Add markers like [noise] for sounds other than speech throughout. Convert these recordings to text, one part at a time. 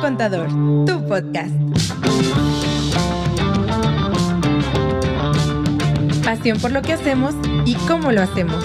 Contador, tu podcast. Pasión por lo que hacemos y cómo lo hacemos.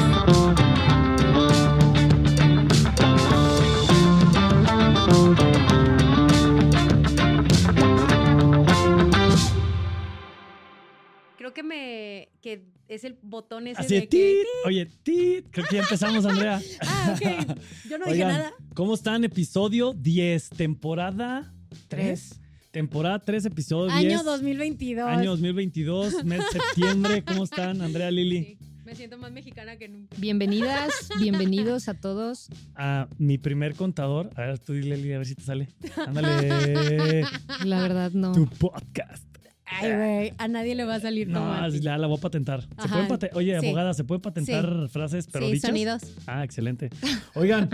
Creo que me que es el botón ese Así de de que tit, oye, tit. Creo que ya empezamos, Andrea. [laughs] Ah, ok. Yo no dije Oigan, nada. ¿Cómo están? Episodio 10, temporada 3. Temporada 3, episodio Año 10. 2022. Año 2022, [laughs] mes septiembre. ¿Cómo están, Andrea, Lili? Sí, me siento más mexicana que nunca. [laughs] Bienvenidas, bienvenidos a todos. A mi primer contador. A ver, tú dile, Lili, a ver si te sale. [laughs] Ándale. La verdad, no. tu podcast. Ay, güey, a nadie le va a salir No, como a ti. la, la voy a patentar. ¿Se Ajá. pueden pate- Oye, Sí. abogada, ¿se pueden patentar frases pero Sí, dichas? sonidos. Ah, excelente. Oigan,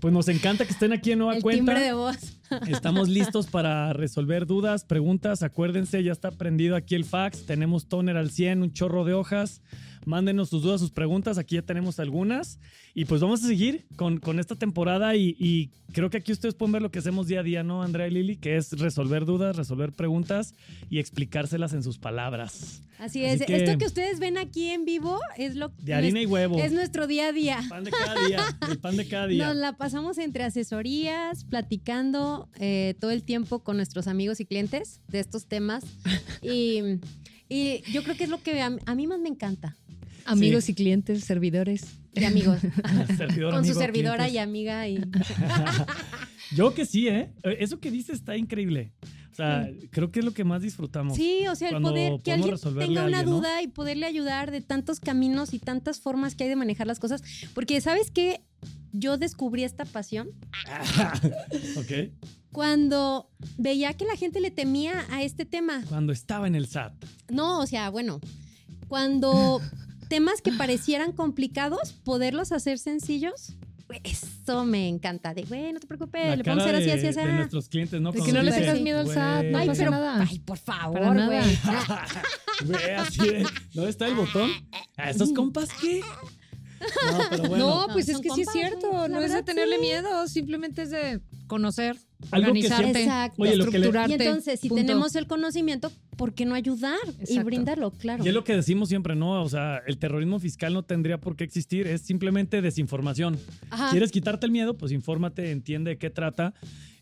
pues nos encanta que estén aquí en Nueva El Cuenta. timbre de voz. Estamos listos para resolver dudas, preguntas. Acuérdense, ya está prendido aquí el fax. Tenemos toner al 100, un chorro de hojas. Mándenos sus dudas, sus preguntas. Aquí ya tenemos algunas. Y pues vamos a seguir con, con esta temporada. Y, y creo que aquí ustedes pueden ver lo que hacemos día a día, ¿no, Andrea y Lili? Que es resolver dudas, resolver preguntas y explicárselas en sus palabras. Así Así es. que- Esto que ustedes ven aquí en vivo es lo De harina y huevo. es nuestro día a día. Pan de cada día. El pan de cada día. Nos la pasamos entre asesorías, platicando eh, todo el tiempo con nuestros amigos y clientes de estos [laughs] temas. Y, y yo creo que es lo que a, a mí más me encanta. Amigos y clientes, servidores. De amigos. [laughs] Servidor, con su amigo, servidora clientes. y amiga. [clears throat] Y, Yo que sí, ¿eh? Eso que dice está increíble. O sea, creo que es lo que más disfrutamos. sí, o sea, el Cuando poder que podemos alguien resolverle tenga a una alguien, ¿no? duda y poderle ayudar de tantos caminos y tantas formas que hay de manejar las cosas. Porque, ¿sabes qué? Yo descubrí esta pasión Ok. cuando veía que la gente le temía a este tema. Cuando estaba en el SAT. No, o sea, bueno, [laughs] cuando temas que parecieran complicados, poderlos hacer sencillos, eso me encanta. De, güey, no te preocupes, la Eh, le cara podemos hacer así, de, así, así. de nuestros clientes, ¿no? De Cuando que no le dicen, tengas miedo al SAT, no "Güey, Ay, pasa pero, nada. ay, por Para favor, nada. güey. [laughs] Güey, así de, ¿No está el botón? ¿A esos compas qué? No, pero bueno. no, pues son es que sí es compas, cierto. ¿no? La No es de verdad, tenerle miedo, simplemente es de conocer, Algo que organizarte, siempre- Exacto. Oye, lo que le- estructurarte. Y entonces, si punto. tenemos el conocimiento, ¿por qué no ayudar y Exacto. brindarlo? Claro. Y es lo que decimos siempre, ¿no? O sea, el terrorismo fiscal no tendría por qué existir, es simplemente desinformación. Ajá. ¿Quieres quitarte el miedo? Pues infórmate, entiende de qué trata.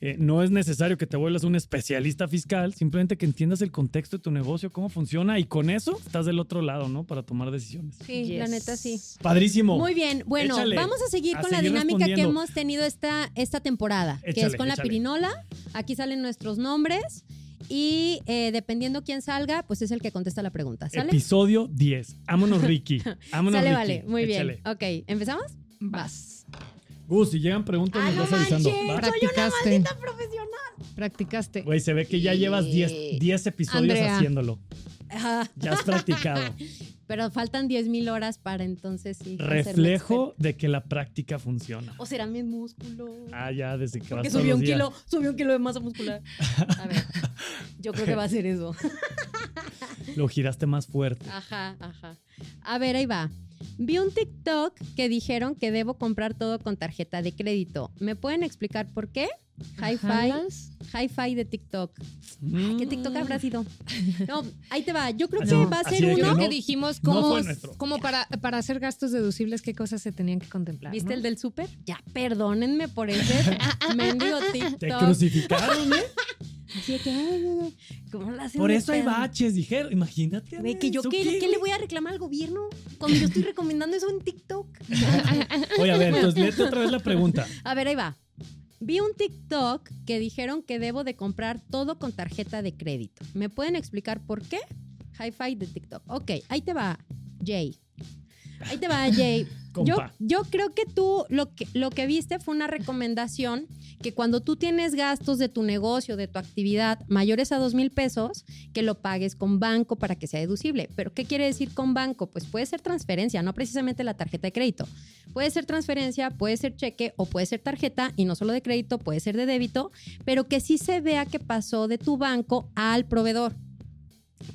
Eh, no es necesario que te vuelvas un especialista fiscal, simplemente que entiendas el contexto de tu negocio, cómo funciona y con eso estás del otro lado, ¿no? Para tomar decisiones. Sí, la Yes. neta sí. Padrísimo. Muy bien, bueno, Échale. vamos a seguir A con seguir la dinámica que respondiendo. hemos tenido esta, esta temporada, que es Échale, con la échale. pirinola. Aquí salen nuestros nombres y eh, dependiendo quién salga, pues es el que contesta la pregunta. ¿Sale? Episodio 10. Ámonos, Ricky. [laughs] Ámonos, Sale, Ricky. vale, muy Échale. bien. Ok, ¿empezamos? Vas. Gus, si llegan preguntas, Ah, nos no vas avisando. manches. ¿va? Practicaste. Profesional. Practicaste. Güey, se ve que ya llevas 10 10 episodios Andrea. haciéndolo. Ya has [laughs] practicado. Ah, Pero faltan 10.000 horas para entonces sí. hacerme Reflejo de que la práctica funciona. experta. O será mi músculo. Ah, ya, desde que vas Porque todos subió los un días. kilo, subió un kilo de masa muscular. A ver, yo creo que va a ser eso. Lo giraste más fuerte. Ajá, ajá. A ver, ahí va. Vi un TikTok que dijeron que debo comprar todo con tarjeta de crédito. ¿Me pueden explicar por qué? Hi-Fi, ¿Jalas? hi-fi de TikTok. Mm. Ah, ¿Qué TikTok habrá sido? No, ahí te va. Yo creo Así- que va a así ser uno. de que Creo no- que dijimos no cómo, fue nuestro. cómo para, para hacer gastos deducibles qué cosas se tenían que contemplar. ¿Viste ¿no? el del súper? Ya, perdónenme por ese mendigo Te TikTok. crucificaron, [laughs] ¿eh? Así de que, ay, ay, ay, ¿cómo la hacen Por de eso hay pedo? baches, dijeron. Imagínate. Güey, Andrea, que yo ¿eso qué, qué, ¿qué le [laughs] voy a reclamar al gobierno cuando yo estoy recomendando eso en TikTok. güey? Oye, a ver, entonces léete otra vez la pregunta. A ver, ahí va. Vi un TikTok que dijeron que debo de comprar todo con tarjeta de crédito. ¿Me pueden explicar por qué? Hi-Fi de TikTok. Ok, ahí te va, Jay. Ahí te va, Jay. Yo, Compa. yo creo que tú lo que, lo que viste fue una recomendación que cuando tú tienes gastos de tu negocio, de tu actividad, mayores a dos mil pesos, que lo pagues con banco para que sea deducible. ¿Pero qué quiere decir con banco? Pues puede ser transferencia, no precisamente la tarjeta de crédito. Puede ser transferencia, puede ser cheque o puede ser tarjeta y no solo de crédito, puede ser de débito, pero que sí se vea que pasó de tu banco al proveedor.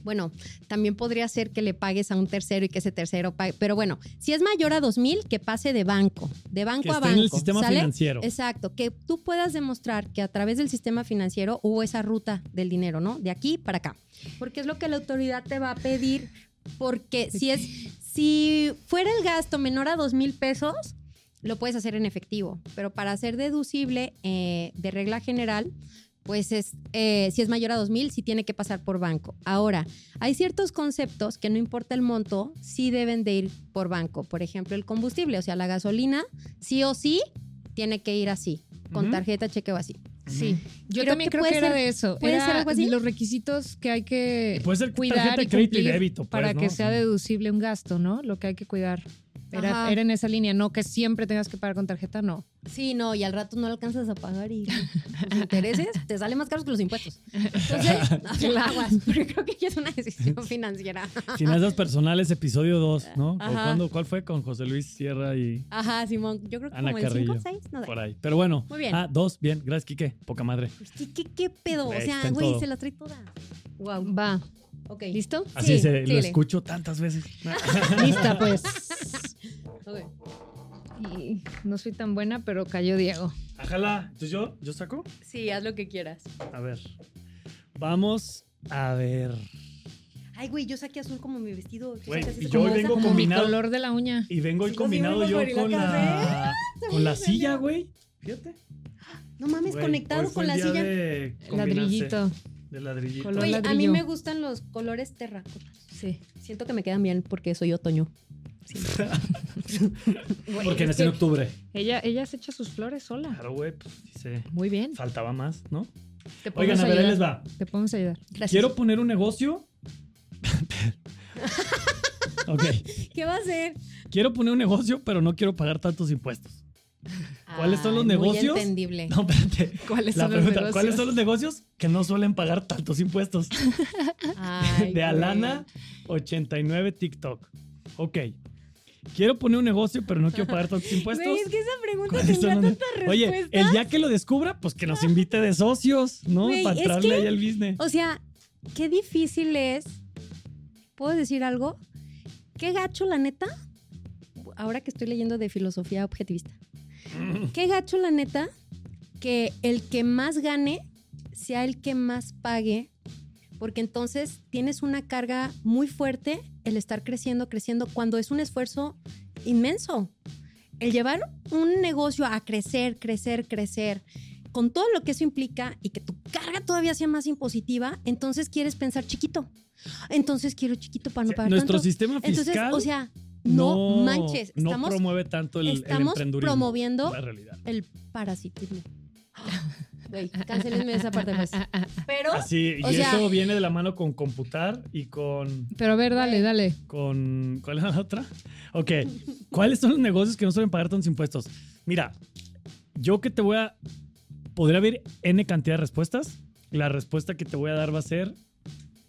Bueno, también podría ser que le pagues a un tercero y que ese tercero pague. Pero bueno, si es mayor a 2.000, que pase de banco, de banco Que a esté banco. en el sistema ¿sale? financiero. Exacto, que tú puedas demostrar que a través del sistema financiero hubo esa ruta del dinero, ¿no? De aquí para acá. Porque es lo que la autoridad te va a pedir. Porque si es, si fuera el gasto menor a dos mil pesos, lo puedes hacer en efectivo. Pero para ser deducible eh, de regla general, pues es, eh, si es mayor a dos mil, sí tiene que pasar por banco. Ahora, hay ciertos conceptos que no importa el monto, sí deben de ir por banco. Por ejemplo, el combustible, o sea, la gasolina, sí o sí tiene que ir así, con Ujú. tarjeta, chequeo así. Sí, yo Creo también que creo que puede era ser- de eso. puede Era ser algo así. Los requisitos que hay que Puede ser cuidar tarjeta y de crédito y cumplir débito, pues, para ¿no? que sea Sí. deducible un gasto, ¿no? Lo que hay que cuidar. Era, Ajá. era en esa línea, no que siempre tengas que pagar con tarjeta, no. Sí, no, y al rato no lo alcanzas a pagar y los intereses te salen más caros que los impuestos. [laughs] Entonces, aguas, pero creo que aquí es una decisión financiera. Finanzas personales, episodio 2, ¿no? ¿O Ajá. cuándo- ¿Cuál fue? Con José Luis Sierra y Ajá, Simón, yo creo que Ana como el Carrillo. 5 o 6, no sé. por ahí. Pero bueno. Muy bien. Ah, dos, bien. Gracias, Quique. Poca madre. Pues, ¿Qué, qué, qué pedo? Güey, o sea, está en güey, todo. se las trae todas. Wow. Va, Ok. ¿listo? Así Sí, se lo síguele. escucho tantas veces. [laughs] Lista, pues. Ok. Y no soy tan buena, pero cayó Diego. Ajala. Entonces yo, yo saco. Sí, haz lo que quieras. A ver. Vamos a ver. Ay, güey, yo saqué azul como mi vestido. ¿Tú Güey, sacas y ese yo como hoy rosa? vengo Como mi combinado. color de la uña. Y vengo hoy Sí, combinado sí, yo vengo con la, [laughs] con la silla, güey. Fíjate. No mames, Güey, hoy conectado fue con el la día silla. De combinarse, Ladrillito. De ladrillito. Color Güey, a mí ladrillo. me gustan los colores terracota. Sí. Siento que me quedan bien porque soy otoño. Güey, Porque es nací en que octubre. Ella, ella se echa sus flores sola. Claro, güey. Pues, dice, Muy bien. faltaba más, ¿no? Te Oigan, podemos a ver, ahí ayudar. les va. Te podemos ayudar. Gracias. Quiero poner un [laughs] negocio. ok. ¿Qué va a hacer? Quiero poner un negocio, pero no quiero pagar tantos impuestos. ¿Cuáles son los Ay, muy negocios? entendible. [laughs] No, espérate. ¿Cuáles La son los pregunta, ¿cuáles negocios? son los negocios que no suelen pagar tantos impuestos? Ay, De güey. Alana, 89 TikTok. Ok. Quiero poner un negocio, pero no quiero pagar tantos [laughs] impuestos. Güey, es que esa pregunta ¿Cuáles tendrá son los- tantas Oye, respuestas. el día que lo descubra, pues que nos invite de socios, ¿no? Güey, Para es entrarle que- ahí al business. O sea, qué difícil es. ¿Puedo decir algo? Qué gacho, la neta. Ahora que estoy leyendo de filosofía objetivista. Qué gacho, la neta, que el que más gane sea el que más pague. Porque entonces tienes una carga muy fuerte el estar creciendo, creciendo, cuando es un esfuerzo inmenso. El llevar un negocio a crecer, crecer, crecer, con todo lo que eso implica y que tu carga todavía sea más impositiva, entonces quieres pensar chiquito. Entonces quiero chiquito para no pagar Nuestro tanto. sistema fiscal Entonces, o sea, no, manches, no estamos, promueve tanto el, el estamos emprendurismo. promoviendo La realidad. el parasitismo. Güey, cancelenme esa parte pues. Pero Así, o y sea- eso viene de la mano con computar y con, Pero a ver, dale, Güey. dale. con. ¿Cuál era la otra? Ok. ¿Cuáles son los negocios que no suelen pagar tantos impuestos? Mira, yo que te voy a. Podría haber N cantidad de respuestas. La respuesta que te voy a dar va a ser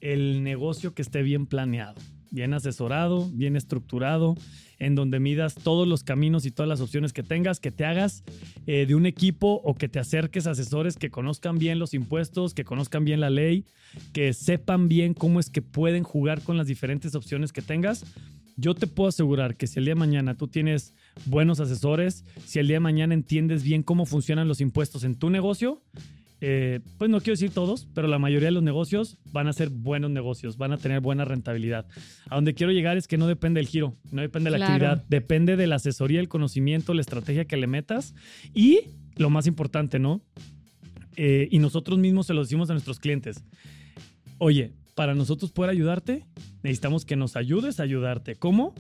el negocio que esté bien planeado, bien asesorado, bien estructurado, en donde midas todos los caminos y todas las opciones que tengas, que te hagas eh, de un equipo o que te acerques a asesores que conozcan bien los impuestos, que conozcan bien la ley, que sepan bien cómo es que pueden jugar con las diferentes opciones que tengas. Yo te puedo asegurar que si el día de mañana tú tienes buenos asesores, si el día de mañana entiendes bien cómo funcionan los impuestos en tu negocio, eh, pues no quiero decir todos, pero la mayoría de los negocios van a ser buenos negocios, van a tener buena rentabilidad. A donde quiero llegar es que no depende del giro, no depende de la Claro. actividad, depende de la asesoría, el conocimiento, la estrategia que le metas y lo más importante, ¿no? Eh, y nosotros mismos se lo decimos a nuestros clientes. Oye, para nosotros poder ayudarte, necesitamos que nos ayudes a ayudarte. ¿Cómo?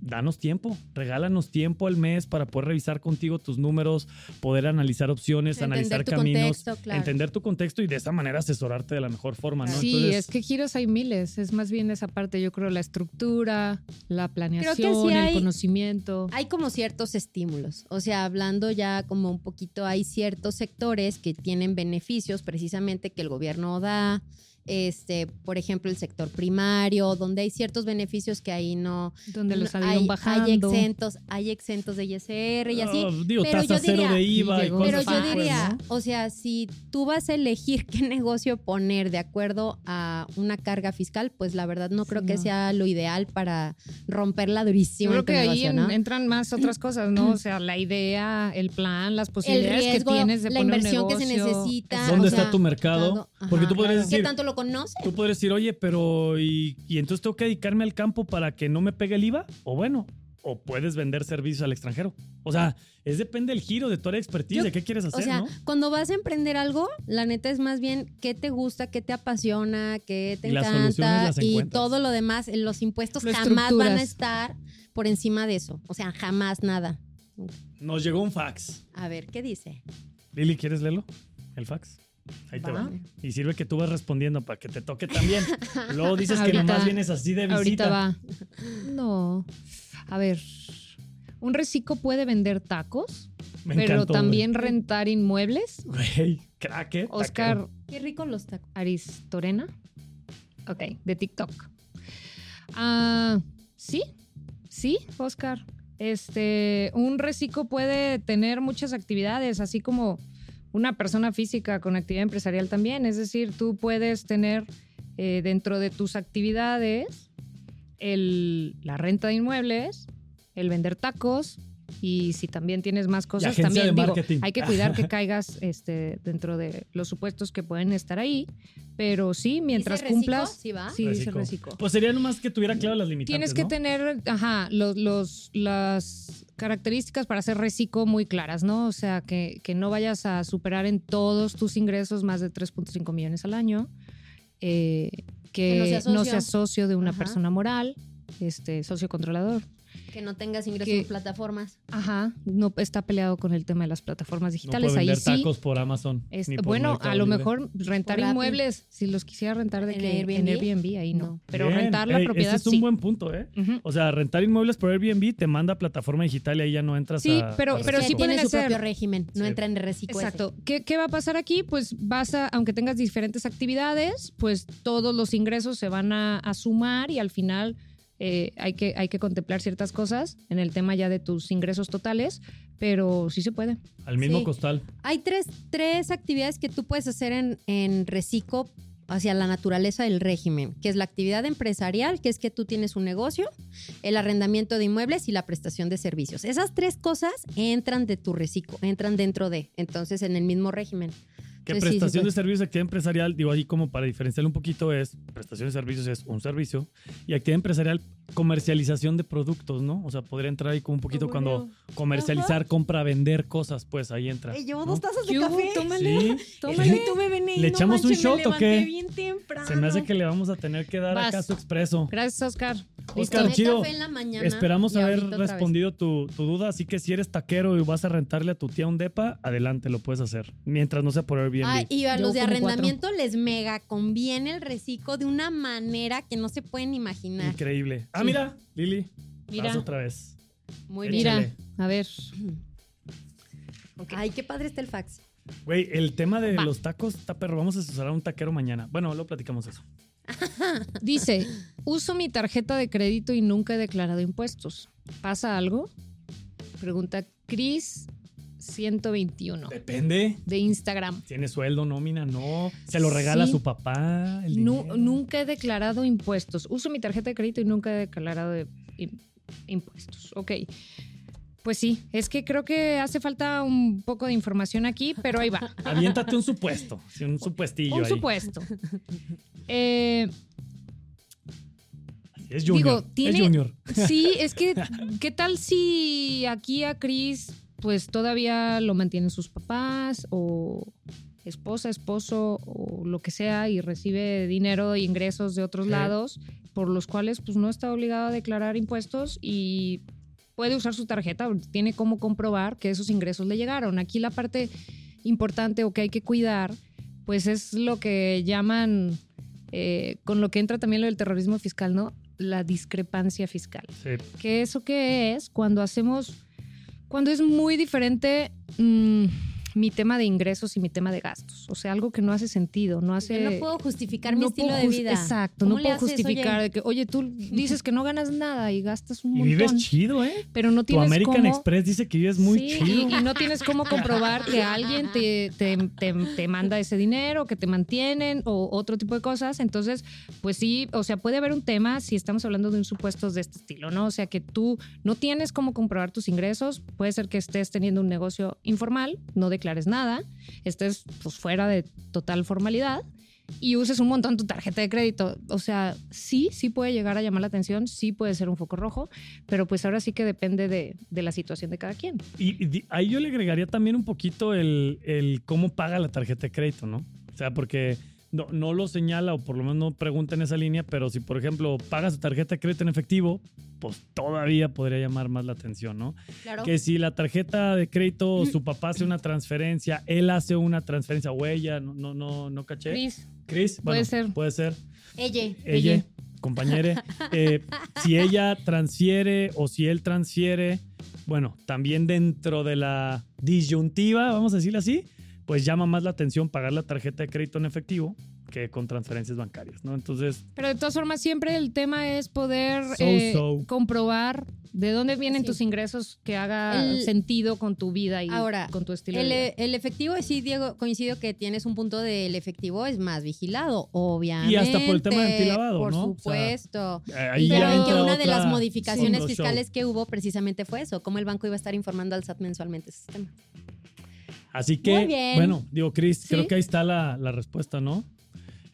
Danos tiempo, regálanos tiempo al mes para poder revisar contigo tus números, poder analizar opciones, analizar caminos, contexto, claro. entender tu contexto y de esa manera asesorarte de la mejor forma, ¿no? Sí, Entonces, es que giros hay miles. Es más bien esa parte, yo creo, la estructura, la planeación, sí hay- el conocimiento. Hay como ciertos estímulos, o sea, hablando ya como un poquito, hay ciertos sectores que tienen beneficios precisamente que el gobierno da, este, por ejemplo, el sector primario, donde hay ciertos beneficios que ahí no donde los no- salieron hay, bajando. hay exentos, hay exentos de ISR y así. Ah, digo, pero tasa yo cero diría- de IVA y Pero cosas Pero así, yo pues, diría, ¿no? o sea, si tú vas a elegir [laughs] qué negocio poner de acuerdo a una carga fiscal, pues la verdad no creo Sí, que no. sea lo ideal para romperla Yo durísimo creo en tu que ahí negocio, en- ¿no? entran más otras cosas, ¿no? O sea, la idea, el plan, las El posibilidades riesgo, que tienes de la poner un inversión que se negocio. necesita. ¿Dónde o está sea, tu mercado? mercado, ajá, Porque tú podrías ¿Qué decir, tanto lo conoces? tú podrías decir, oye, pero y, y entonces tengo que dedicarme al campo para que no me pegue el IVA? O bueno, o puedes vender servicios al extranjero. O sea, es depende del giro, de tu área de expertise, Yo- de qué quieres hacer, o sea, ¿no? cuando vas a emprender algo, la neta es más bien qué te gusta, qué te apasiona, qué te Y las soluciones encanta las y encuentras. todo lo demás, eh, los impuestos Lo jamás van a estructuras. estar por encima de eso. O sea, jamás nada. Nos llegó un fax. A ver, ¿qué dice? Lili, ¿quieres leerlo? El fax. Ahí te Va. va. Y sirve que tú vas respondiendo para que te toque [laughs] también. Luego dices que Ahorita- nomás vienes así de Ahorita visita. va. No. A ver. Un reciclo puede vender tacos, Me pero encantó, güey. también rentar inmuebles. Güey, crack, ¿eh? Oscar Qué rico los tacos. Aristorena. Ok, de TikTok. Ah, sí, sí, Oscar. Este, un reciclo puede tener muchas actividades, así como una persona física con actividad empresarial también. Es decir, tú puedes tener eh, dentro de tus actividades el- la renta de inmuebles, el vender tacos. Y si también tienes más cosas, agencia también de digo, marketing. hay que cuidar [laughs] que caigas este, dentro de los supuestos que pueden estar ahí. Pero sí, mientras ¿Dice reciclo? cumplas, ¿Sí va? sí, dice Reciclo. reciclo. Pues sería nomás que tuviera claro las limitantes, Tienes que ¿no? tener, ajá, los, los- las características para hacer reciclo muy claras, ¿no? O sea, que, que no vayas a superar en todos tus ingresos más de 3.5 millones al año. eh, que, Que no seas no socio. seas socio de una Ajá. persona moral, este, socio controlador. Que no tengas ingresos Que- en plataformas. Ajá, no está peleado con el tema de las plataformas No puedo digitales. Ahí vender sí. tacos por Amazon. Es- ni por Este, bueno, Mercado a lo Libre. mejor rentar Por Rappi. inmuebles, si los quisiera rentar de ¿En que en Airbnb? Airbnb, ahí no. No. Pero Bien. rentar la Ey, propiedad Ese es un sí. buen punto, ¿eh? Ujú. O sea, rentar inmuebles por Airbnb te manda a plataforma digital y ahí ya no entras Sí, a- pero- a pero Es que sí reciclar. pueden tiene su hacer- propio régimen, no Sí. entra en reciclo. Exacto. pues, ¿Qué, qué va a pasar aquí? Pues vas a, aunque tengas diferentes actividades, pues todos los ingresos se van a, a sumar y al final eh, hay, que, hay que contemplar ciertas cosas en el tema ya de tus ingresos totales, pero sí se puede. Al mismo Sí. costal. Hay tres, tres actividades que tú puedes hacer en, en reciclo hacia la naturaleza del régimen, que es la actividad empresarial, que es que tú tienes un negocio, el arrendamiento de inmuebles y la prestación de servicios. Esas tres cosas entran de tu reciclo, entran dentro de, entonces en el mismo régimen. Que Entonces, sí, sí prestación puede. de servicios y actividad empresarial, digo ahí como para diferenciar un poquito, es prestación de servicios es un servicio y actividad empresarial, comercialización de productos, ¿no? O sea, podría entrar ahí como un Oh, poquito cuando comercializar, compra, vender cosas, pues ahí entra. Llevo ¿no? dos tazas ¿Qué de hubo? café. Tómale, Sí, tómale. Tú me ven ¿Le echamos un shot o qué? Bien temprano. se me hace que le vamos a tener que dar Vas. acá su expreso. Gracias, Oscar. Oscar, Tomé chido. café en la mañana Esperamos y haber ahorita otra vez. respondido tu, tu duda, así que si eres taquero y vas a rentarle a tu tía un depa, adelante, lo puedes hacer, mientras no sea por Airbnb. Ah, y a Yo los de como cuatro. arrendamiento les mega conviene el reciclo de una manera que no se pueden imaginar. Increíble. Ah, Sí. mira, Lili, vas Mira, otra vez. Muy bien. mira, Échale. a ver. Ay, qué padre está el fax. Güey, el tema de Va. los tacos, está perro. Vamos a asesorar a un taquero mañana. Bueno, lo platicamos eso. Dice, uso mi tarjeta de crédito y nunca he declarado impuestos. ¿Pasa algo? Pregunta Cris 121 Depende. de Instagram. Tiene sueldo, nómina, no. Se lo regala Sí. su papá. el Nu- dinero. nunca he declarado impuestos. Uso mi tarjeta de crédito y nunca he declarado de- im- impuestos. Ok. Pues sí, es que creo que hace falta un poco de información aquí, pero [laughs] ahí va. Aviéntate un supuesto. sí, [laughs] un supuestillo Un ahí. supuesto. Eh, Así Es Junior. Digo, tiene- Es Junior. sí, es que, ¿qué tal si aquí a Chris, pues todavía lo mantienen sus papás o esposa, esposo o lo que sea y recibe dinero e ingresos de otros Sí. lados por los cuales pues no está obligado a declarar impuestos y puede usar su tarjeta, tiene cómo comprobar que esos ingresos le llegaron. Aquí la parte importante o que hay que cuidar, pues es lo que llaman, eh, con lo que entra también lo del terrorismo fiscal, ¿no? La discrepancia fiscal Sí. que eso que es cuando hacemos, cuando es muy diferente mm, mi tema de ingresos y mi tema de gastos. O sea, algo que no hace sentido, no hace... Yo no puedo justificar mi no estilo puedo de jus- vida. Exacto, ¿Cómo no le puedo haces, oye? justificar de que, oye, tú dices que no ganas nada y gastas un Y montón. vives chido, ¿eh? pero no Tu tienes American cómo... Express dice que vives muy Sí, chido. Y, y no tienes cómo comprobar que alguien te, te, te- te manda ese dinero, que te mantienen o otro tipo de cosas. Entonces, pues sí, o sea, puede haber un tema si estamos hablando de un supuesto de este estilo, ¿no? O sea, que tú no tienes cómo comprobar tus ingresos. Puede ser que estés teniendo un negocio informal, no declares nada, estés pues fuera de total formalidad y uses un montón tu tarjeta de crédito. O sea, sí, sí puede llegar a llamar la atención, sí puede ser un foco rojo, pero pues ahora sí que depende de, de la situación de cada quien. Y, y di- ahí yo le agregaría también un poquito el, el cómo paga la tarjeta de crédito, ¿no? O sea, porque no, no lo señala o por lo menos no pregunta en esa línea, pero si por ejemplo paga su tarjeta de crédito en efectivo, pues todavía podría llamar más la atención, ¿no? Claro. Que si la tarjeta de Mm. crédito, su papá hace una transferencia, él hace una transferencia o ella, no, no, no, no caché. Cris, Chris, Puede ser. Puede ser Ella. ella, [laughs] compañera, eh, si ella transfiere o si él transfiere, bueno, también dentro de la disyuntiva, vamos a decirlo así, pues llama más la atención pagar la tarjeta de crédito en efectivo que con transferencias bancarias, ¿no? Entonces, Pero de todas formas, siempre el tema es poder So, eh, so. comprobar de dónde vienen Sí. tus ingresos que haga El- sentido con tu vida y Ahora, con tu estilo El, eh, de vida. el efectivo, sí, Diego, coincido que tienes un punto del efectivo es más vigilado, obviamente. Y hasta por el tema del antilavado, Por ¿no? O sea, supuesto. eh, ahí Pero ya ven que entra una de las otra- modificaciones otro show. fiscales que hubo precisamente fue eso, cómo el banco iba a estar informando al SAT mensualmente ese sistema. Así que, Muy bien. bueno, digo, Chris, Sí. creo que ahí está la, la respuesta, ¿no?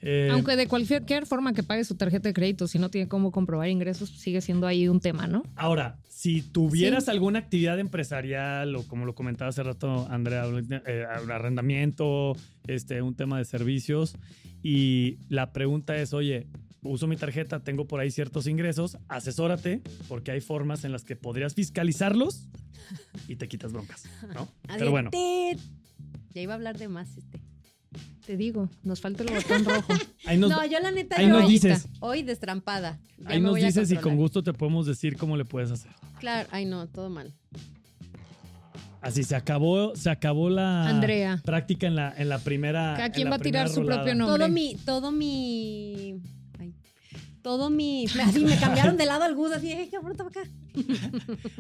Eh, Aunque de cualquier forma que pague su tarjeta de crédito, si no tiene cómo comprobar ingresos, sigue siendo ahí un tema, ¿no? Ahora, si tuvieras alguna actividad empresarial o como lo comentaba hace rato Andrea, eh, un arrendamiento, este, un tema de servicios y la pregunta es, oye, uso mi tarjeta, tengo por ahí ciertos ingresos, asesórate porque hay formas en las que podrías fiscalizarlos y te quitas broncas, [laughs] ¿no? Pero bueno, Adiante. Ya iba a hablar de más este. Te digo, nos falta el [laughs] botón rojo. ahí nos, no, yo la neta ahí yo nos hoy- dices. hoy destrampada. Ya ahí me nos voy a dices y con controlar. gusto te podemos decir cómo le puedes hacer. Claro, ay no, todo mal. Así se acabó, se acabó la Andrea. práctica en la, en la primera. Cada en quien la va a tirar primera su rolada. propio nombre. Todo mi, todo mi. ay, todo [laughs] mi. Así me cambiaron de lado al Gus, así, ay, qué bruto acá.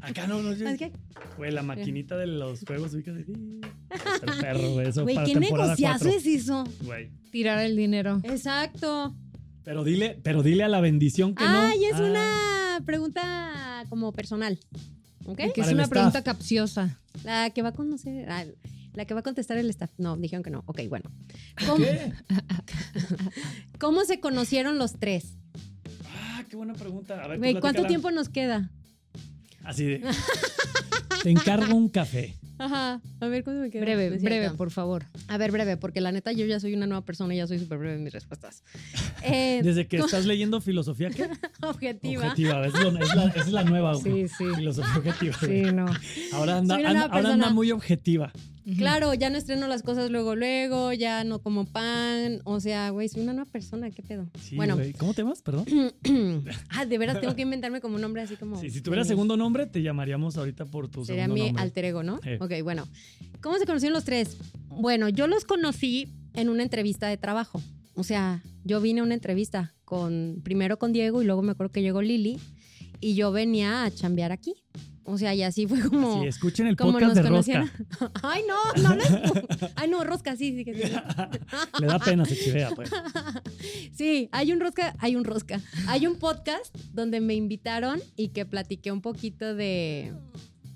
Acá no, no, yo- Así que, Güey, la maquinita de los juegos ubicas de- El perro, güey. Eso Güey, para qué temporada negociazo cuatro. es eso. Güey. Tirar el dinero. Exacto. Pero dile, pero dile a la bendición que no. Ay, es Ah, una pregunta como personal. ¿Ok? Que Para es el una staff. pregunta capciosa. La que va a conocer. ah, la que va a contestar el staff. No, dijeron que no. Ok, bueno. ¿Cómo, ¿Qué? cómo se conocieron los tres? Ah, qué buena pregunta. A ver, tú Güey, ¿cuánto platícala. tiempo nos queda? Así de. Te encargo [laughs] un café. Ajá. A ver, ¿cuánto me queda? Breve, No es breve, cierto. por favor. A ver, breve, porque la neta yo ya soy una nueva persona y ya soy súper breve en mis respuestas. [laughs] [laughs] Eh, Desde que estás leyendo filosofía, ¿qué? objetiva. Objetiva. Es, lo- es la, es la nueva, güey. Sí, sí. Filosofía objetiva. Sí, güey. [laughs] no. Ahora anda, Soy una anda- nueva ahora anda persona. muy objetiva. Claro, ya no estreno las cosas luego, luego, ya no como pan. O sea, güey, soy una nueva persona, ¿qué pedo? Sí, bueno, güey. ¿Cómo te llamas? [clears throat] Perdón. [laughs] ah, de veras tengo que inventarme como un nombre así como. Sí, si tuviera segundo nombre, te llamaríamos ahorita por tu Sería segundo mi nombre. alter ego, ¿no? Sí. Ok, bueno. ¿Cómo se conocieron los tres? Bueno, yo los conocí en una entrevista de trabajo. O sea, yo vine a una entrevista con primero con Diego y luego me acuerdo que llegó Lili y yo venía a chambear aquí. O sea, y así fue como. Sí, escuchen el como nos podcast de Rosca. conocieron. [laughs] Ay, no, no, no. Ay, no, rosca, sí, sí que sí. [laughs] Le da pena, se chivea, pues. Sí, hay un rosca, hay un rosca. Hay un podcast donde me invitaron y que platiqué un poquito de, de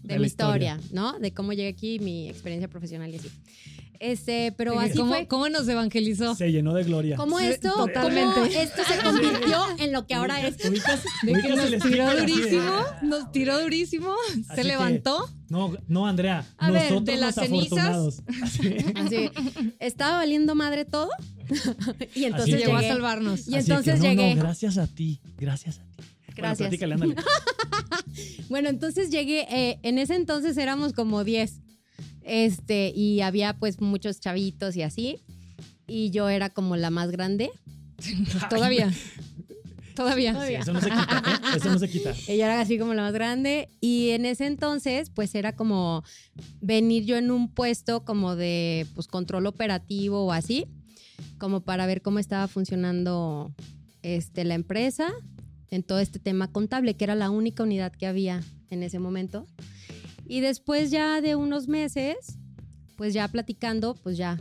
De la mi historia, ¿no? De cómo llegué aquí, mi experiencia profesional y así. Este, pero así ¿Cómo, fue. cómo nos evangelizó? Se llenó de gloria. ¿Cómo Sí, esto, totalmente. cómo esto se convirtió en lo que ahora es? Ubicas- De que ubicas el nos sticker tiró así de- durísimo, nos tiró durísimo, Así que- se levantó. No, no, Andrea. A ver, nosotros de los las cenizas. afortunados. Así, Así, estaba valiendo madre todo [laughs] y entonces Así llegó a llegué. salvarnos. Y así que, entonces no, no, llegué. gracias a ti, gracias a ti. Bueno, Gracias. platícale, [laughs] ándale. Bueno, entonces llegué, eh, en ese entonces éramos como 10. Este, y había pues muchos chavitos y así. Y yo era como la más grande. Todavía. Todavía. Sí, eso no se quita, ¿eh? Eso no se [laughs] quita. Ella era así como la más grande y en ese entonces pues era como venir yo en un puesto como de pues control operativo o así, como para ver cómo estaba funcionando este la empresa en todo este tema contable, que era la única unidad que había en ese momento. Y después ya de unos meses, pues ya platicando, pues ya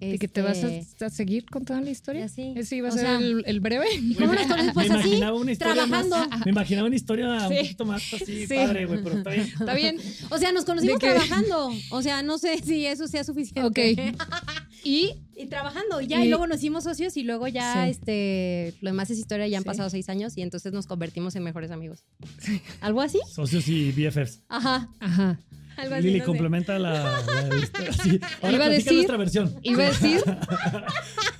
¿Y que te este, vas a, a seguir contando la historia? ya sí. Ese iba a O ser sea, el, [laughs] el breve. ¿Cómo las conoces? Pues me así, imaginaba una historia trabajando. más- me imaginaba una historia Sí. un poquito más así, Sí. padre, güey, pero está bien. [laughs] Está bien. O sea, nos conocimos que- trabajando. O sea, no sé si eso sea suficiente. [laughs] Ok. Y Y trabajando, y ya, y, Y- luego nos hicimos socios y luego ya, Sí. este, lo demás es historia, ya han Sí. pasado seis años y entonces nos convertimos en mejores amigos. ¿Algo así? Socios y BFFs. Ajá, Ajá. algo así. Lili no sé. complementa la, la historia. Sí. Ahora Iba a platica decir- nuestra versión. Iba a decir. [laughs]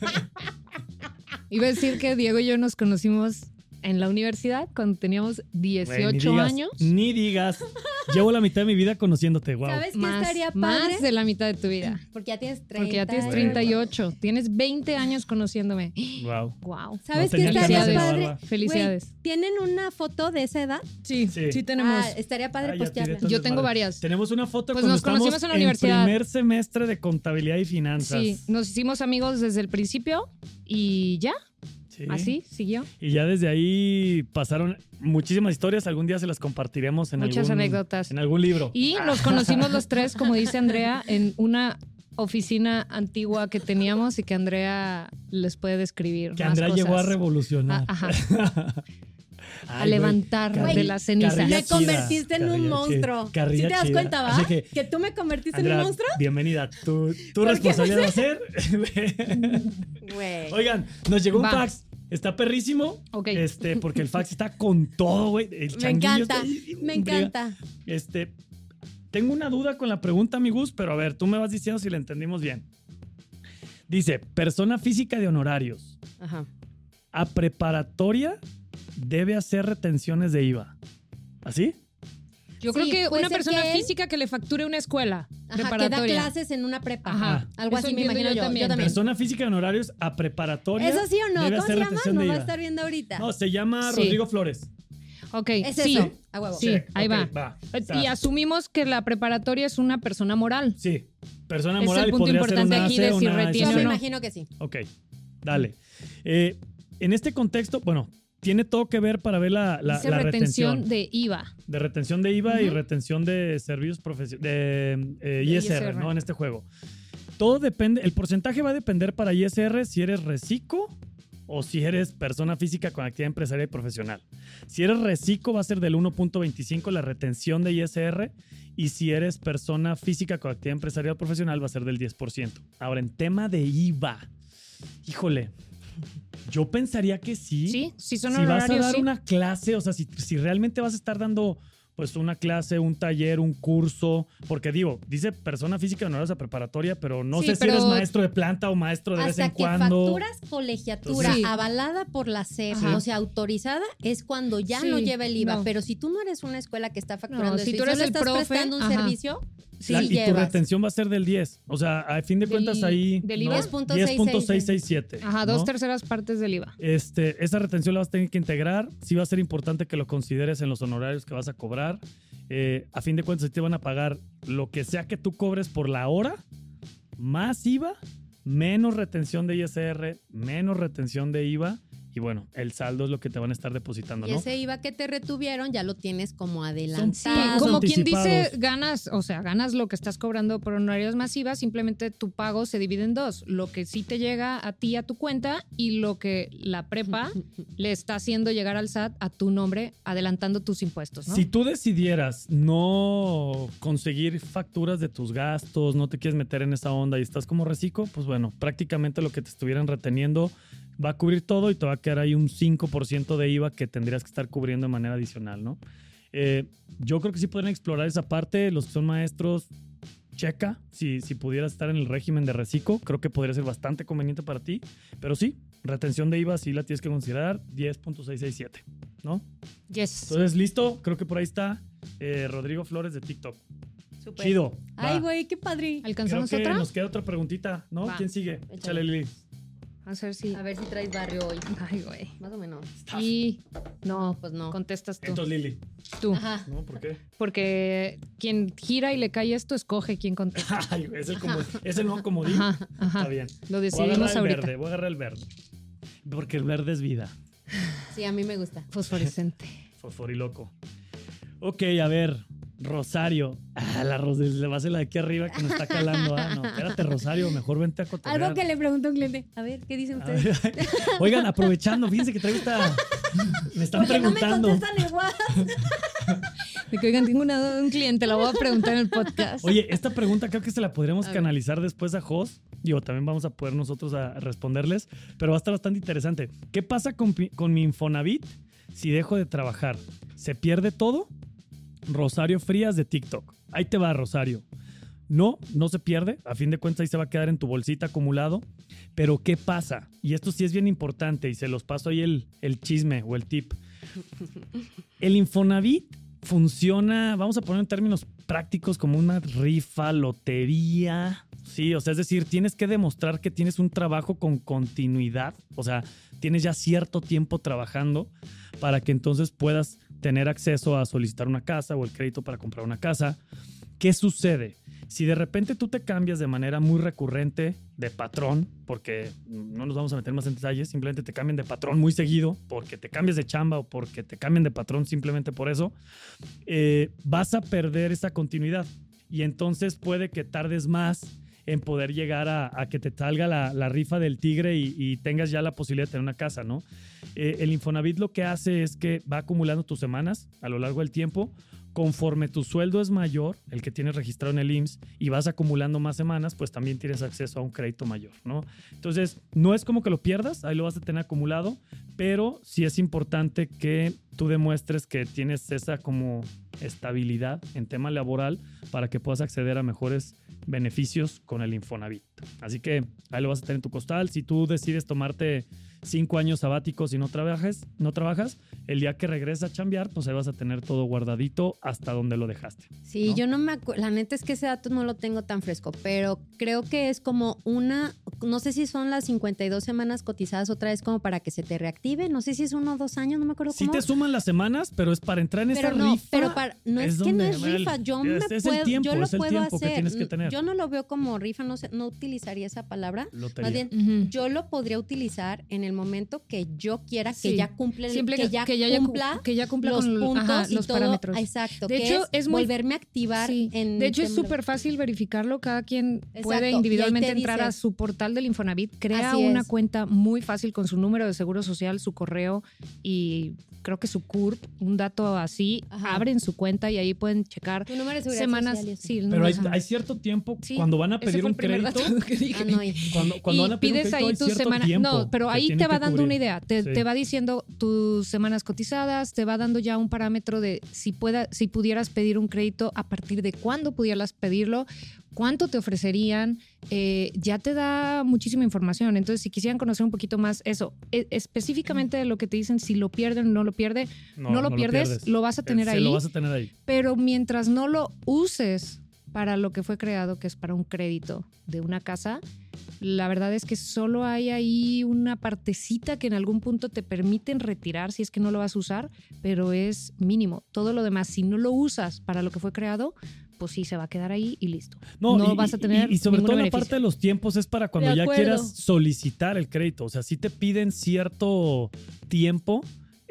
iba a decir que Diego y yo nos conocimos en la universidad cuando teníamos Güey, 18 ni digas, años. Ni [laughs] digas. Llevo la mitad de mi vida conociéndote, wow. ¿Sabes qué Más, estaría padre? más de la mitad de tu vida. Porque ya tienes 30. Porque ya tienes 38. Tienes 20 años conociéndome. Wow. Wow. ¿Sabes No qué tenía estaría ganas de padre? barba. Felicidades. Güey, ¿Tienen una foto de esa edad? Sí, Sí. sí Ah, estaría Ah, padre ya postearla. tiré todo. yo tengo Madre. varias. Tenemos una foto Pues cuando nos estamos conocimos en la en universidad. primer semestre de contabilidad y finanzas. Sí, nos hicimos amigos desde el principio y ya, Sí. así siguió. Y ya desde ahí pasaron muchísimas historias. Algún día se las compartiremos en Muchas algún, anécdotas. En algún libro. Y Ah. nos conocimos los tres, [laughs] como dice Andrea, en una oficina antigua que teníamos y que Andrea les puede describir. que más Andrea cosas. llegó a revolucionar. A- ajá, Ay, a güey. levantar Carrilla- de las cenizas. carrilla Me chida, convertiste en un carrilla monstruo. chida, carrilla ¿Sí te das chida. cuenta, va? Así que, Que, tú me convertiste en Andrea, un monstruo. bienvenida. Tu, tu qué? responsabilidad va a ser. Güey. [laughs] Oigan, nos llegó un Va. fax. Está perrísimo. Ok. Este, porque el fax está con todo, güey. El Me changuillo encanta, está- me encanta. Este, tengo una duda con la pregunta, mi Gus, pero a ver, tú me vas diciendo si la entendimos bien. Dice, persona física de honorarios, Ajá. a preparatoria debe hacer retenciones de IVA. ¿Así? Yo Sí, creo que puede una ser persona que él- física que le facture una escuela Ajá, que da preparatoria. clases en una prepa. Ajá. Algo Eso así me entiendo imagino yo. Yo también. Persona física de honorarios, a preparatoria. ¿Eso sí o no? debe ¿Cómo se hacer llama? retención No de va a IVA. estar viendo ahorita. No, se llama Sí. Rodrigo Flores. Ok, es sí. eso. A huevo. Sí, ahí ok, va. Eh, Y Está. asumimos que la preparatoria es una persona moral. Sí, persona Es el moral y punto podría importante ser una aquí AC, de si una retiene Yo o SC. me no. imagino que sí. Ok, dale. Eh, en este contexto, bueno, tiene todo que ver para ver la, la- Dice la retención, retención. de... de IVA. retención de IVA y Ujú. retención de servicios profesionales, de eh, De ISR, ISR. ¿no? En este juego. Todo depende, el porcentaje va a depender para ISR si eres reciclo o si eres persona física con actividad empresarial y profesional. Si eres reciclo va a ser del 1.25 la retención de ISR y si eres persona física con actividad empresarial o profesional va a ser del 10%. Ahora, en tema de IVA, híjole, yo pensaría que sí. Sí, sí son si vas a honorarios, dar sí. una clase, o sea, si, si realmente vas a estar dando pues una clase, un taller, un curso, porque digo, dice persona física honorarios a preparatoria, pero no Sí, sé pero- si eres maestro de planta o maestro de vez en Hasta que cuando. facturas colegiatura Sí. avalada por la SEP, Ajá. o sea, autorizada, es cuando ya Sí, no lleva el IVA. no. Pero si tú no eres una escuela que está facturando No, eso si y tú eres solo el estás profe, prestando un ajá. servicio, sí, La- y tu llevas. retención va a ser del 10. O sea, a fin de Del- cuentas ahí... del ¿no? IVA. 10.667. Ajá, dos ¿no? terceras partes del IVA. Este, esa retención la vas a tener que integrar. Sí va a ser importante que lo consideres en los honorarios que vas a cobrar. Eh, a fin de cuentas, te van a pagar lo que sea que tú cobres por la hora, más IVA, menos retención de ISR, menos retención de IVA. Y bueno, el saldo es lo que te van a estar depositando, Y ¿no? ese IVA que te retuvieron ya lo tienes como Sí, adelantado. como quien anticipados. dice, ganas, o sea, ganas lo que estás cobrando por honorarios masivas, simplemente tu pago se divide en dos, lo que sí te llega a ti a tu cuenta y lo que la prepa [laughs] le está haciendo llegar al SAT a tu nombre, adelantando tus impuestos, ¿no? Si tú decidieras no conseguir facturas de tus gastos, no te quieres meter en esa onda y estás como reciclo, pues bueno, prácticamente lo que te estuvieran reteniendo va a cubrir todo y te va a quedar ahí un 5% de IVA que tendrías que estar cubriendo de manera adicional, ¿no? Eh, yo creo que sí podrían explorar esa parte, los que son maestros, checa, si, si pudieras estar en el régimen de reciclo, creo que podría ser bastante conveniente para ti, pero sí, retención de IVA sí la tienes que considerar 10.667, ¿no? Yes. Entonces, listo, creo que por ahí está eh, Rodrigo Flores de TikTok. Pues, Súper. Chido. va. Ay, güey, qué padre. Creo ¿Alcanzamos que otra? nos queda otra preguntita, ¿no? Va. ¿Quién sigue? Échale. Échale, Lili. A ver si. A ver si traes barrio hoy. Ay, güey. Más o menos. Estás. Y No, pues no. contestas tú. Entonces, Lili. tú. Ajá. ¿No? ¿Por [laughs] qué? Porque quien gira y le cae esto, escoge quién contesta. Ay, güey, es el, como, es el no comodín. Ajá, Está ajá. bien. Lo Voy a agarrar decidimos el ahorita. verde, voy a agarrar el verde. Porque el verde es vida. Sí, a mí me gusta. Fosforescente. Fosforiloco. Ok, a ver. Rosario. Ah, la Ros le va a hacer la de aquí arriba que nos está calando. Ah, no, espérate, Rosario, mejor vente a cotorrear. Algo que le preguntó un cliente. A ver, ¿qué dicen A ustedes? ver, Oigan, aprovechando, fíjense que traigo esta. Me están Porque no me preguntando. contestan igual. De que, oigan, tengo una duda de un cliente, la voy a preguntar en el podcast. Oye, esta pregunta creo que se la podríamos A ver. canalizar después a Jos. Digo, también vamos a poder nosotros a responderles, pero va a estar bastante interesante. ¿Qué pasa con, pi- con mi Infonavit si dejo de trabajar? ¿Se pierde todo? Rosario Frías de TikTok. Ahí te va, Rosario. No, no se pierde. A fin de cuentas ahí se va a quedar en tu bolsita acumulado. Pero ¿qué pasa? Y esto sí es bien importante y se los paso ahí el, el chisme o el tip. El Infonavit funciona, vamos a poner en términos prácticos, como una rifa, lotería. Sí, o sea, es decir, tienes que demostrar que tienes un trabajo con continuidad. O sea, tienes ya cierto tiempo trabajando para que entonces puedas tener acceso a solicitar una casa o el crédito para comprar una casa. ¿Qué sucede? Si de repente tú te cambias de manera muy recurrente de patrón, porque no nos vamos a meter más en detalles, simplemente te cambian de patrón muy seguido, porque te cambias de chamba o porque te cambian de patrón simplemente por eso, eh, vas a perder esa continuidad. Y entonces puede que tardes más en poder llegar a, a que te salga la, la rifa del tigre y, y tengas ya la posibilidad de tener una casa, ¿no? Eh, el Infonavit lo que hace es que va acumulando tus semanas a lo largo del tiempo. Conforme tu sueldo es mayor, el que tienes registrado en el IMSS, y vas acumulando más semanas, pues también tienes acceso a un crédito mayor, ¿no? Entonces, no es como que lo pierdas, ahí lo vas a tener acumulado, pero sí es importante que tú demuestres que tienes esa como estabilidad en tema laboral para que puedas acceder a mejores beneficios con el Infonavit. Así que ahí lo vas a tener en tu costal. Si tú decides tomarte cinco años sabáticos y no trabajes, no trabajas, el día que regresas a chambear, pues ahí vas a tener todo guardadito hasta donde lo dejaste. Sí, ¿no? yo no me acuerdo. La neta es que ese dato no lo tengo tan fresco, pero creo que es como una. No sé si son las 52 semanas cotizadas otra vez como para que se te reactive. No sé si es uno o dos años, no me acuerdo Sí cómo. te suman las semanas, pero es para entrar en pero esa no, rifa. pero para, no es, es que no donde es va el- rifa. Yo me es- es el puedo, tiempo, yo lo es el puedo tiempo que hacer. tienes que tener. Yo no lo veo como rifa, no, sé, no utilizaría esa palabra. Lotería. Más bien, Ujú. yo lo podría utilizar en en el momento que yo quiera, que Sí. ya cumple, el- Simple que, ya haya cu- cumpla que ya cumpla los con lo- puntos ajá, y los todo. parámetros. Exacto. De que hecho, es, es muy- volverme a activar Sí. en de hecho, es temblor. súper fácil verificarlo. Cada quien Exacto, y puede ahí individualmente te entrar a dice- su portal del Infonavit, crea Así una es. cuenta muy fácil con su número de seguro social, su correo y creo que su CURP, un dato así. Ajá. Abren su cuenta y ahí pueden checar Tu número de seguridad semanas. social y eso. Sí, el Pero número hay, de semana. hay cierto tiempo Sí, cuando van a Ese pedir fue un el primer crédito. dato [laughs] que dije. Ah, no, y- Cuando, cuando y van a pedir un pides crédito, ahí hay tus cierto semanas. tiempo No, pero que ahí tiene te va que dando cubrir. una idea. Te, Sí. te va diciendo tus semanas cotizadas, te va dando ya un parámetro de si, pueda, si pudieras pedir un crédito, a partir de cuándo pudieras pedirlo, cuánto te ofrecerían. eh, ya te da muchísima información. Entonces, si quisieran conocer un poquito más eso, e- específicamente de lo que te dicen, si lo pierden o no lo pierde, no, lo, pierdes, lo vas a tener Se ahí lo vas a tener ahí. pero mientras no lo uses para lo que fue creado, que es para un crédito de una casa, la verdad es que solo hay ahí una partecita que en algún punto te permiten retirar si es que no lo vas a usar, pero es mínimo. Todo lo demás, si no lo usas para lo que fue creado, pues sí, se va a quedar ahí y listo. No vas a tener Y, sobre ningún todo la beneficio. parte de los tiempos es para cuando De ya acuerdo. quieras solicitar el crédito. O sea, si te piden cierto tiempo.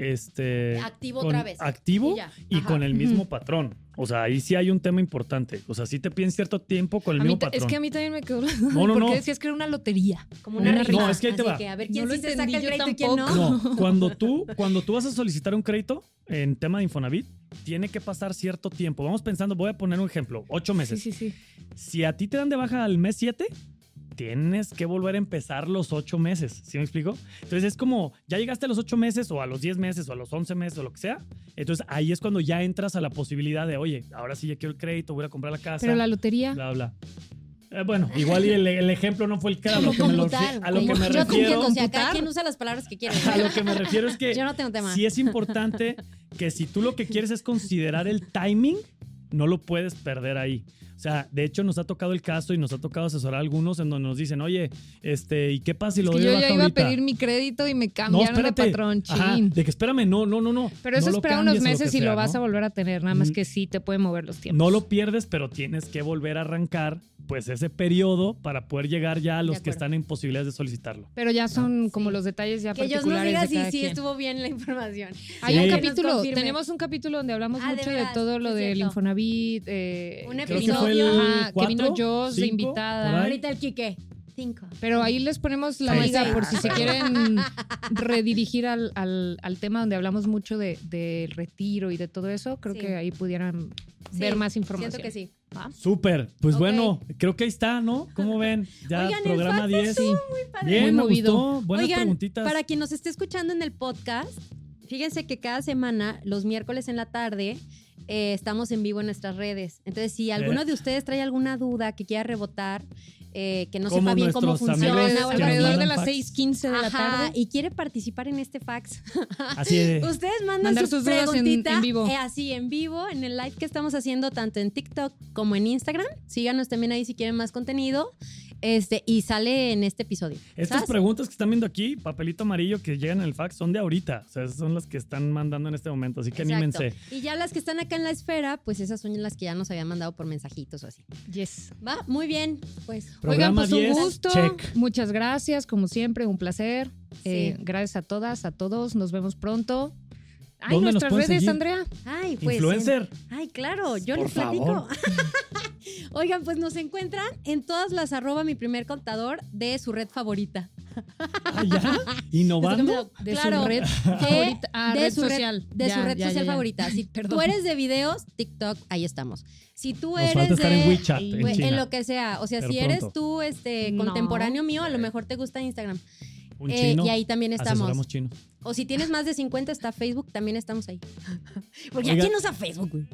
Este, Activo con- otra vez. Activo Y ya. y, Ajá. con el Ujú. mismo patrón. O sea, ahí sí hay un tema importante. O sea, si te piden cierto tiempo con el A mí mismo ta- patrón. es que a mí también me quedó la [laughs] No, no, porque no. decías que era una lotería. como una No, rifa. es que ahí te Así va. a ver quién No lo sí se saca entendí el yo crédito y quién no. No, cuando [laughs] tú, cuando tú vas a solicitar un crédito en tema de Infonavit, tiene que pasar cierto tiempo. Vamos pensando, voy a poner un ejemplo, ocho Sí, meses. sí, sí. Si a ti te dan de baja al mes 7, tienes que volver a empezar los ocho meses. ¿Sí me explico? Entonces es como, ya llegaste a los ocho meses o a los 10 meses o a los 11 meses o lo que sea. Entonces ahí es cuando ya entras a la posibilidad de, oye, ahora sí ya quiero el crédito, voy a comprar la casa. Pero la lotería... Bla, bla. Eh, bueno, igual y el, el ejemplo no fue el que era, a lo Como que me, lo- computar, a lo que como- me Yo te refiero. entiendo, o sea, cada computar. quien usa las palabras que quiere. A lo que me refiero es que [laughs] Yo no tengo tema. sí es importante que si tú lo que quieres es considerar el timing no lo puedes perder ahí. O sea, de hecho nos ha tocado el caso y nos ha tocado asesorar a algunos en donde nos dicen, oye, este, ¿y qué pasa si Es lo que doy de yo baja ya iba a ahorita?" pedir mi crédito y me cambiaron de espérate. patrón, Ajá, chin. de que espérame, no, no, no, no. Pero eso No lo espera unos cambies o que meses y sea, lo vas ¿no? a volver a tener, nada más Mm. que sí te puede mover los tiempos. No lo pierdes, pero tienes que volver a arrancar pues ese periodo para poder llegar ya a los que acuerdo. están en posibilidades de solicitarlo. Pero ya son como Ah, Sí. los detalles ya Que ellos nos particulares digan de si cada sí quien. estuvo bien la información. Hay Sí. un Que nos capítulo, confirmen. tenemos un capítulo donde hablamos Ah, de mucho de, veras, todo lo sí es del cierto. Infonavit. eh, Un creo que episodio. fue el ajá, que vino cuatro, Joss de cinco, por invitada. ahí. Ahorita el Quique. Cinco. Pero ahí les ponemos la Sí. liga Sí. por si se [laughs] Claro. quieren redirigir al, al- al tema donde hablamos mucho de- del retiro y de todo eso. Creo Sí. que ahí pudieran Sí, ver más información. Siento que sí. Ah. Súper, pues Ok. bueno, creo que ahí está, ¿no? [laughs] ¿Cómo ven? Ya Oigan, el programa fax 10. estuvo Bien, Muy me movido. gustó. Buenas Oigan, preguntitas. Para quien nos esté escuchando en el podcast, fíjense que cada semana, los miércoles en la tarde, eh, estamos en vivo en nuestras redes. Entonces, si Eh. alguno de ustedes trae alguna duda que quiera rebotar, eh, que no Como sepa bien cómo nuestros funciona, amigos o Alrededor, que nos algo así. alrededor de mandan las fax. 6:15 de la Ajá, tarde. y quiere participar en este fax. [laughs] Así de, Ustedes mandan Mandar sus sus dudas en- preguntitas en vivo. así en vivo, en el live que estamos haciendo tanto en TikTok como en Instagram. Síganos también ahí si quieren más contenido. Este, y sale en este episodio. estas ¿Sas? preguntas que están viendo aquí, papelito amarillo que llegan en el fax, son de ahorita. O sea, esas son las que están mandando en este momento. Así que Exacto. anímense. Y ya las que están acá en la esfera, pues esas son las que ya nos habían mandado por mensajitos o así. Yes. Va, muy bien. Pues Oigan, Programa pues un 10, gusto. check. Muchas gracias, como siempre, un placer. Sí. Eh, gracias a todas, a todos. Nos vemos pronto. Ay, ¿Dónde nos nuestras pueden redes, seguir? Andrea. Ay, pues. [laughs] Influencer. en- ay, claro, yo Por les platico. favor. [laughs] Oigan, pues nos encuentran en todas las arroba mi primer contador de su red favorita. Ah, ya. Innovando. De Claro, su [laughs] red favorita. ah, de red su red- social. De su Ya, red ya, social ya, ya. favorita. [laughs] Si [laughs] Perdón. tú eres de videos, TikTok, ahí estamos. Si tú Nos eres falta estar de. en WeChat. Ay, En, Güey, China. en lo que sea. O sea, Pero si eres pronto. Eh. tú este, No. contemporáneo mío, a lo mejor te gusta Instagram. Un Eh, chino. y ahí también Asesoramos estamos. chino. O si tienes más de 50, está Facebook, también estamos [laughs] ahí. Porque Oiga. aquí no está Facebook, güey.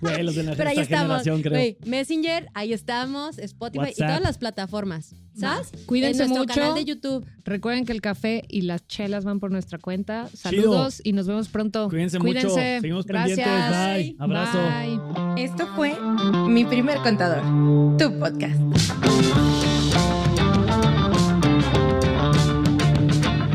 Güey, los de Pero nuestra ahí estamos. generación, creo. Güey, Messenger, ahí estamos. Spotify y WhatsApp. todas las plataformas. ¿Sabes? Cuídense en nuestro mucho. canal de YouTube. Recuerden que el café y las chelas van por nuestra cuenta. Chido. Saludos y nos vemos pronto. Cuídense, mucho. Seguimos Gracias. pendientes. Bye. Abrazo. Bye. Esto fue Mi primer contador, tu podcast.